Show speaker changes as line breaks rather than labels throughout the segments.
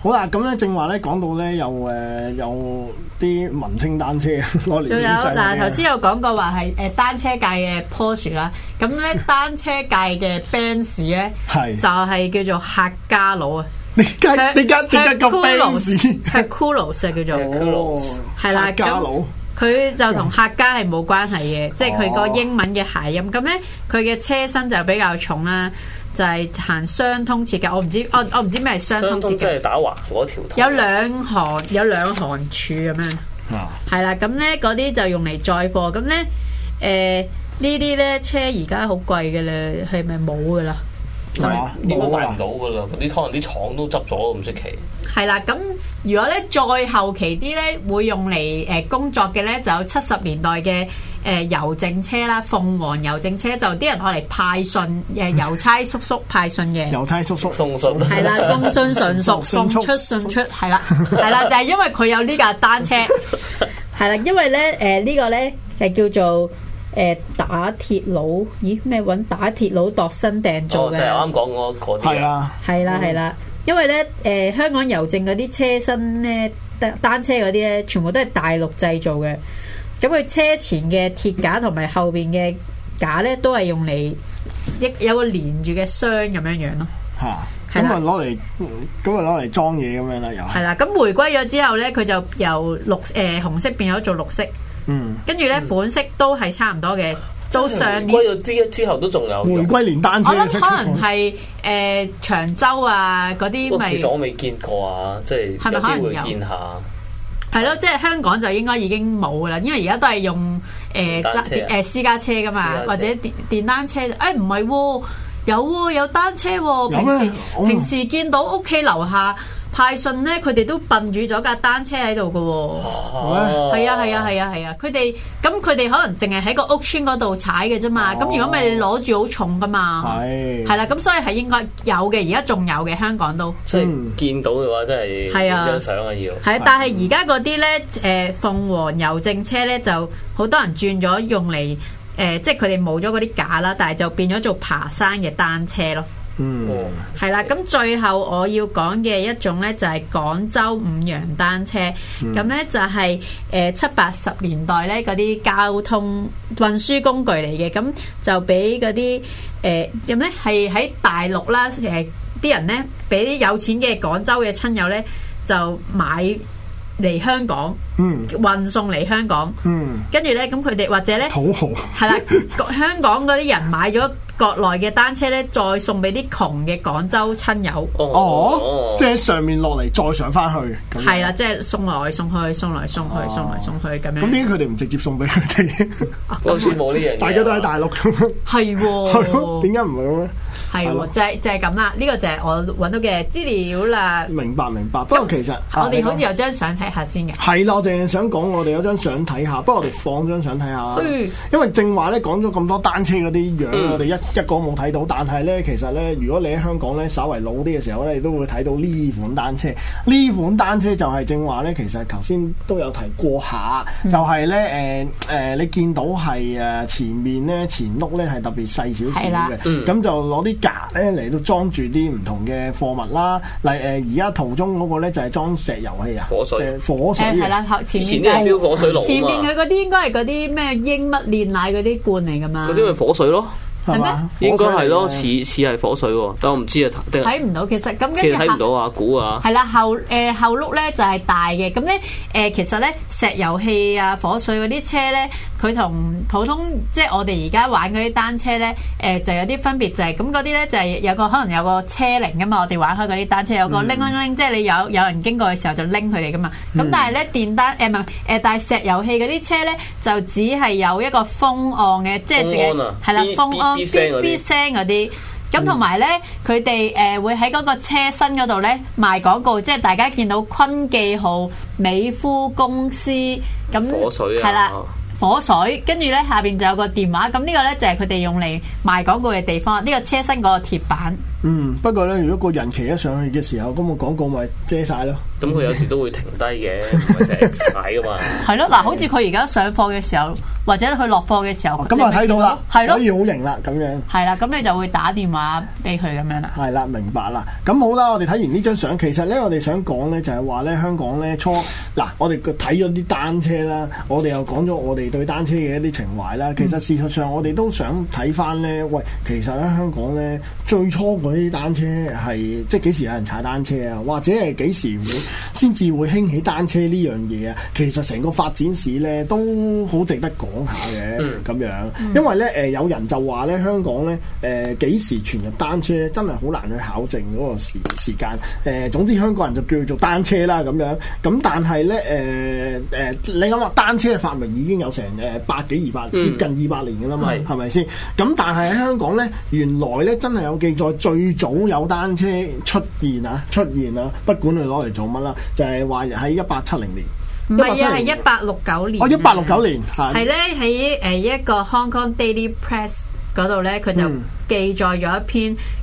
好啦，咁咧正話咧講到咧有誒有啲文青單車 攞嚟
仲有
影相
嗱，
嘅
頭先有講過話係誒單車界嘅 Porsche 啦，咁咧 單車界嘅 Benz 咧
係
就係叫做客家佬啊，
你家
哎
你家你家個
Hercules-
fans
Hercules 啊叫
哦
做。係啦
客家
咁
佬
佢就同客家係冇關係嘅，即係佢
哦
個英文嘅諧音。咁咧，佢嘅車身就比較重啦，就係、行相通設計。我唔知，我我唔知咩係相
相
通
通
設
即
計
係。打橫嗰條通。
有兩行有兩行柱咁樣，
啊
係啦。咁咧嗰啲就用嚟載貨。咁咧誒呢啲咧車而家好貴嘅咧，係咪冇㗎啦？
係嘛
應該
冇
買
啦
唔到㗎啦，啲可能啲廠都執咗，唔識奇。
係啦，咁如果咧再後期啲咧，會用嚟誒、呃工作嘅咧，就有七十年代嘅誒、呃、郵政車啦，鳳凰郵政車就啲人攞嚟派信，誒、呃、郵差叔叔派信嘅。
郵差叔叔
送信
係 啦，公信純熟，
送
送
出
出信出，係啦，係 啦，就係、因為佢有呢架單車，係啦，因為咧，誒、呢個咧係叫做誒、呃打鐵佬，咦咩揾打鐵佬度身訂
哦，
做
就
嘅，
係啱嗯講嗰嗰啲。啊
係，啊啦，
係啦係啦，因為咧誒、呃香港郵政嗰啲車身咧單單車嗰啲咧，全部都係大陸製造嘅。咁佢車前嘅鐵架同埋後邊嘅架咧，都係用嚟一有個連住嘅箱咁樣樣咯。
嚇
係
咁
啦
啊攞嚟咁啊攞嚟裝嘢咁樣啦，又
係
係
啦，咁回歸咗之後咧，佢就由綠誒、呃、紅色變咗做綠色，
嗯
跟住咧款式都係差唔多嘅。到上年
歸咗啲之後都仲有
回
用。
歸連單車
我
嘅
諗
色
可能係誒、啊呃、長洲啊嗰啲
哇
咪
其實我未見過啊，即係
係咪
有
可能
機會
有
見下。
係咯，即係香港就應該已經冇啦，因為而家都係用誒
電單
揸
車啊
誒私家車噶
私
嘛
家，車
或者電電單車。誒唔係喎，有喎、有單車
有
喎、
咩
平時
哦
我唔
平時見到屋企樓下派信咧，佢哋都笨住咗架單車喺度噶喎。係啊係啊係啊係啊！佢哋咁佢哋可能淨係喺個屋村嗰度踩嘅啫嘛，咁、
哦
如果咪你攞住好重噶嘛，
係
係啦，咁所以係應該有嘅，而家仲有嘅香港都
所以
嗯
見到嘅話真係影
係啊
張相啊要。
係，但係而家嗰啲咧誒鳳凰郵政車咧就好多人轉咗用嚟誒、呃即係佢哋冇咗嗰啲架啦，但係就變咗做爬山嘅單車咯。
嗯
哦
係啦，咁最後我要講嘅一種呢，就係、廣州五羊單車，咁呢、就係誒七八十年代呢嗰啲交通運輸工具嚟嘅，咁就俾嗰啲誒咁呢係喺大陸啦誒啲人呢，俾啲有錢嘅廣州嘅親友呢，就買嚟香港
嗯
運送嚟香港，
嗯
跟住呢，咁佢哋或者呢。
土豪
係啦， 國香港嗰啲人買咗國內嘅單車咧，再送俾啲窮嘅廣州親友，
哦，即係喺上面落嚟再上翻去咁樣
係啦，即係送來送去，送來送去，送來送去咁
啊咁
樣。
點解佢哋唔直接送俾佢哋？
嗰時冇呢樣嘢啊。
大家都喺大陸咁樣，
係
係咯
喎，
點解唔係咁咧？
係
係
喎
咯，
就係就係咁啦。呢個就係我揾到嘅資料啦。
明白明白。不過其實
我哋好似
係
有張相睇下先嘅。
係啦，我淨係想講我哋有張相睇下，不過我哋放張相睇下
嗯。
因為正話咧講咗咁多單車嗰啲樣，
嗯
我哋一一個冇睇到，但係咧其實咧，如果你喺香港咧稍為老啲嘅時候咧，你都會睇到呢款單車。呢款單車就係正話咧，其實頭先都有提過下，
嗯
就係咧誒誒，你見到係誒前面咧前轆咧係特別細少少
係啦
嘅。
嗯
咁就攞啲架咧嚟到裝住啲唔同嘅貨物啦，例誒而家途中嗰個咧就係裝石油氣啊，
火水
誒火水
誒係
嘅，
啦，後前
以前
面
啲人
就
燒火水爐
前面
啊
佢
嘛，
嗰啲應該係嗰啲咩英乜煉奶嗰啲罐嚟㗎嘛
嗰，啲咪火水咯，
係嘛？啊
應該係咯，
火
似
水嚟嘅
似係火水喎，但我唔知啊，定係
睇唔到。其實咁
其
跟
實
住
睇
下
唔到啊，估啊，
係啦，後誒、呃、後轆咧就係大嘅，咁咧誒其實咧石油氣啊、火水嗰啲車咧，佢同普通即係我哋而家玩嗰啲單車咧，誒、就有啲分別就係咁嗰啲咧就係、有個可能有個車鈴噶嘛，我哋玩開嗰啲單車有
嗯
個拎拎拎，即係你有有人經過嘅時候就拎佢哋噶嘛。咁、但係咧電單誒唔係誒，但係石油氣嗰啲車咧就只係有一個風岸嘅，即係淨
風岸啊
係係啦
嗶
風岸
嗶聲嗰
嗶
啲
嗶聲嗰啲。咁同埋咧，佢哋誒會喺嗰個車身嗰度咧賣廣告，即係大家見到坤記號、美孚公司咁，
火水啊
係啦，火水，跟住咧下邊就有個電話，咁呢個咧就係佢哋用嚟賣廣告嘅地方，呢、個車身嗰個鐵板。
嗯，不過咧，如果個人騎一上去嘅時候，咁個廣告咪遮晒咯。
咁佢有時都會停低嘅，唔係成日踩噶嘛。
係咯，嗱，好似佢而家上課嘅時候，或者佢落貨嘅時候，
哦咁啊
你咪
睇到啦，
係
所
咯，
以好型啦咁樣。
係啦，咁你就會打電話俾佢咁樣啦。
係啦，明白啦。咁好啦，我哋睇完呢張相，其實咧，我哋想講咧就係話咧，香港咧初嗱，我哋個睇咗啲單車啦，我哋又講咗我哋對單車嘅一啲情懷
嗯
啦。其實事實上，我哋都想睇翻咧，喂，其實咧香港咧最初嗰啲單車係即係幾時有人踩單車啊？或者係幾時會先至會興起單車呢樣嘢啊？其實成個發展史咧都好值得講下嘅。
嗯
咁樣，因為咧誒、有人就話咧香港咧誒幾時全入單車咧，真係好難去考證嗰個時時間。誒、總之香港人就叫做單車啦咁樣。咁但係咧誒誒，你諗下單車嘅發明已經有成誒百幾二百接
嗯
近二百年㗎啦嘛，
係
係咪先？咁但係喺香港咧，原來咧真係有記載最早有單車出現啊出現啊，不管佢攞嚟做乜啦，就係話喺一八七零年，
唔係啊，
1870
係一
年
八六九年啊。
哦一八六九年係
係咧喺誒一個 Hong Kong Daily Press 嗰度咧，佢就
嗯
記載咗一篇
真係喎見到
騎車騎車穿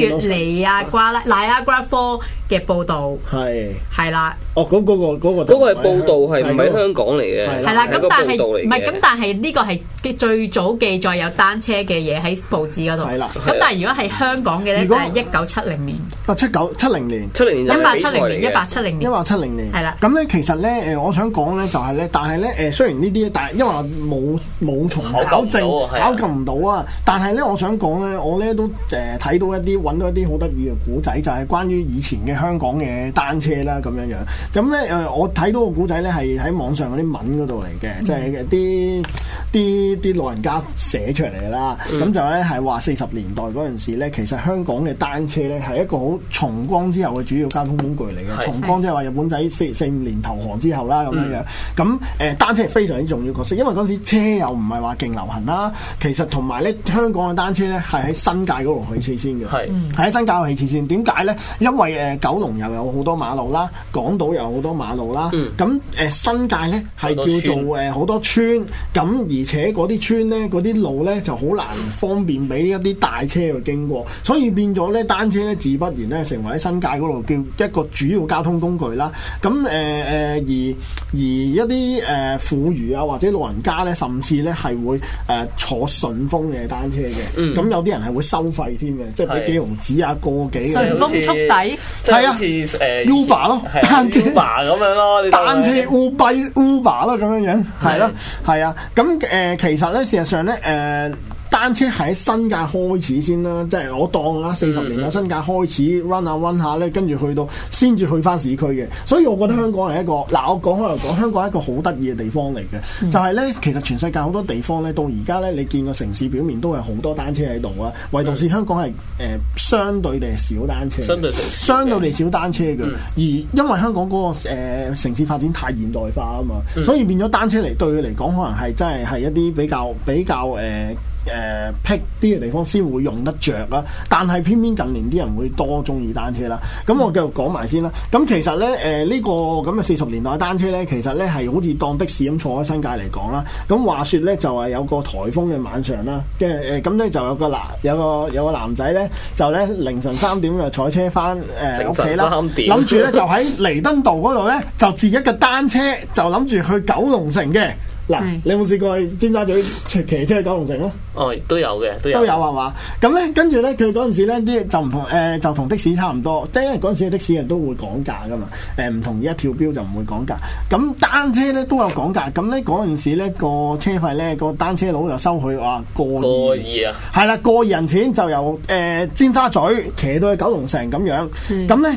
越
見到
尼亞瓜拉尼亞瓜科嘅報導，
係。
係啦。
哦，咁嗰、個嗰、個
嗰個係報道，係唔
係
喺
嗰個
香港嚟嘅？
係
係啦，
係一
咁
個
但係
報道嚟嘅
唔係咁，但係呢個係嘅最早記載有單車嘅嘢喺報紙嗰度。
係啦
咁但係如果係香港嘅咧，
如
就
果
係一九七零年、
啊七九七零年。
七零年
一八七零年、一八
八
七零
一
年，
八七零年，
係啦
咁咧，其實咧，誒，我想講咧，就係咧，但係咧，誒，雖然呢啲，但係因為我冇冇從考證
考
考
究
究唔到啊，但係咧，我想講咧，我咧都誒睇到一啲揾到一啲好得意嘅古仔，就係關於以前嘅香港嘅單車啦，咁樣樣。咁咧誒，我睇到個古仔咧係喺網上嗰啲文嗰度嚟嘅，即
嗯
係啲啲啲老人家寫出嚟啦。
嗯
咁就咧係話四十年代嗰陣時咧，其實香港嘅單車咧係一個好重光之後嘅主要交通工具嚟嘅。
係嗯
重光即係話日本仔四四五年投降之後啦，咁樣樣。咁誒、單車係非常之重要角色，因為嗰陣時車又唔係話勁流行啦。其實同埋咧，香港嘅單車咧係喺新界嗰度起始先嘅。
係
喺新界嗰度起始先，點解呢？因為誒、九龍又有好多馬路啦，港島又有好多馬路啦。
嗯
咁誒、新界呢係
好多村
叫做誒好多村，咁而且嗰啲村呢，嗰啲路呢就好難方便俾一啲大車去經過，所以變咗呢單車呢，自不然呢成為喺新界嗰度叫一個主要交通工具啦。咁誒誒而而一啲誒、富裕啊或者老人家呢，甚至呢係會誒、坐順風嘅單車嘅，
嗯
咁、有啲人係會收費添嘅，即係俾
係
幾毫紙啊個幾
順
嘅
風速底
即係好似誒
啊 Uber 咯
係啊
單車
Uber 咁樣咯，你 當
單車 Uber Uber 啦咁樣樣，係咯，係啊，咁誒、呃其實咧，事實上咧，誒、呃。單車喺新界開始先啦，即係我當啦，四十年
嗯
啦，新界開始 run 下 run 下咧，跟住去到先至去翻市區嘅，所以我覺得香港係一個嗱，我講開又講，香港係一個好得意嘅地方嚟
嗯
嘅，就係咧，其實全世界好多地方咧，到而家咧，你見個城市表面都係好多單車喺度啊，唯獨是香港係誒、呃相對地係少單車嘅，
嗯相對地少
相對地少單車嘅，而因為香港嗰、個、呃、城市發展太現代化啊嘛，所以變咗單車嚟對佢嚟講，可能係真係係一啲比較比較誒。誒僻啲嘅地方先會用得着啦，但係偏偏近年啲人會多中意單車啦。咁我繼續講埋先啦。咁其實咧，誒、呢、個咁嘅四十年代嘅單車咧，其實咧係好似當的士咁坐喺新界嚟講啦。咁話說咧，就係有個颱風嘅晚上啦，跟住誒咁咧就有個男有個有個男仔咧，就咧凌晨三點就坐車呃翻誒。誒屋企啦，
凌晨三點
諗住咧就喺彌敦道嗰度咧就自己一架單車就諗住去九龍城嘅。嗱
係，
你有冇試過去尖沙咀騎車去九龍城咧？啊
哦都有嘅，都有
都有啊係嘛？咁咧，跟住咧，佢嗰陣時咧啲就唔同誒、就同的士差唔多，即係因為嗰陣時嘅的士人都會講價噶嘛，誒、唔同而家跳標就唔會講價。咁單車咧都有講價，咁咧嗰陣時咧個車費咧個單車佬就收佢話過
過
二
二啊，
係啦，個人錢就由誒、呃尖沙咀騎到去九龍城咁樣，
嗯
咁咧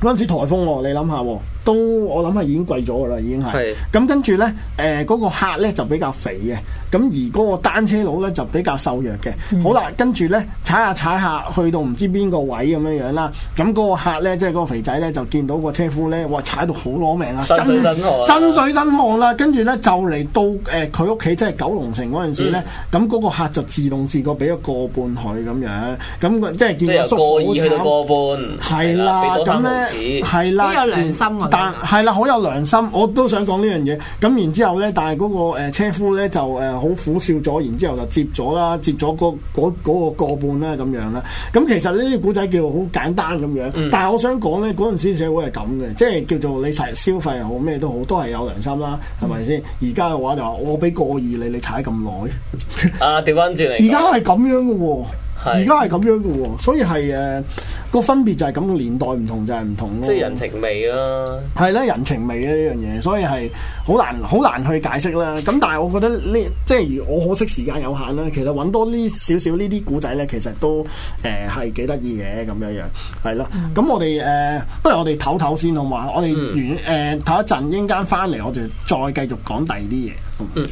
嗰陣時颱風喎，你諗下喎，都我諗係已經貴咗噶啦，已經係
係。
咁跟住咧，誒、嗰、個客咧就比較肥嘅，咁而嗰個單車佬咧就比較瘦弱嘅。
嗯
好啦，跟住咧踩下踩下，去到唔知邊個位咁樣樣啦，咁嗰個客咧即係嗰個肥仔咧就見到個車夫咧，哇踩到好攞命啊，
身水
真
身汗啊
身水身汗啦，跟住咧就嚟到誒佢屋企，即係九龍城嗰陣時咧，
嗯
咁嗰、個客就自動自覺俾咗個半佢咁樣，咁佢即係
即
見
係
阿
由
叔
過
好
二去到
慘。
過半，
係啦，
俾多
咁
三毫
咧
紙，
係
都
啦，
有良心喎啊
但係啦，好有良心，我都想講呢樣嘢。咁然之後呢，但係嗰個誒車夫呢，就誒好苦笑咗，然之後就接咗啦，接咗嗰嗰嗰個個半啦咁樣啦。咁其實呢啲古仔叫好簡單咁樣，但係我想講呢，嗰陣時社會係咁嘅，即係叫做你實消費又好咩都好，都係有良心啦，係咪先？而家嘅話就話我俾個二你，你踩咁耐。
啊，調翻轉嚟
而
講，
家係咁樣嘅喎，
係
而家係咁樣嘅喎，所以係誒個分別就係咁，個年代唔同就係唔同咯。
即係人情味啦。
係啦，人情味咧呢樣嘢，所以係好難好難去解釋啦。咁但係我覺得呢，即係如我可惜時間有限啦，其實揾多呢少少呢啲古仔咧，其實都誒係幾得意嘅咁樣樣，係咯。咁、我哋誒、呃不如我哋唞唞先好
嗯
嘛？我哋完誒唞、一陣，一陣間翻嚟，我哋再繼續講第二啲嘢。好嘛
嗯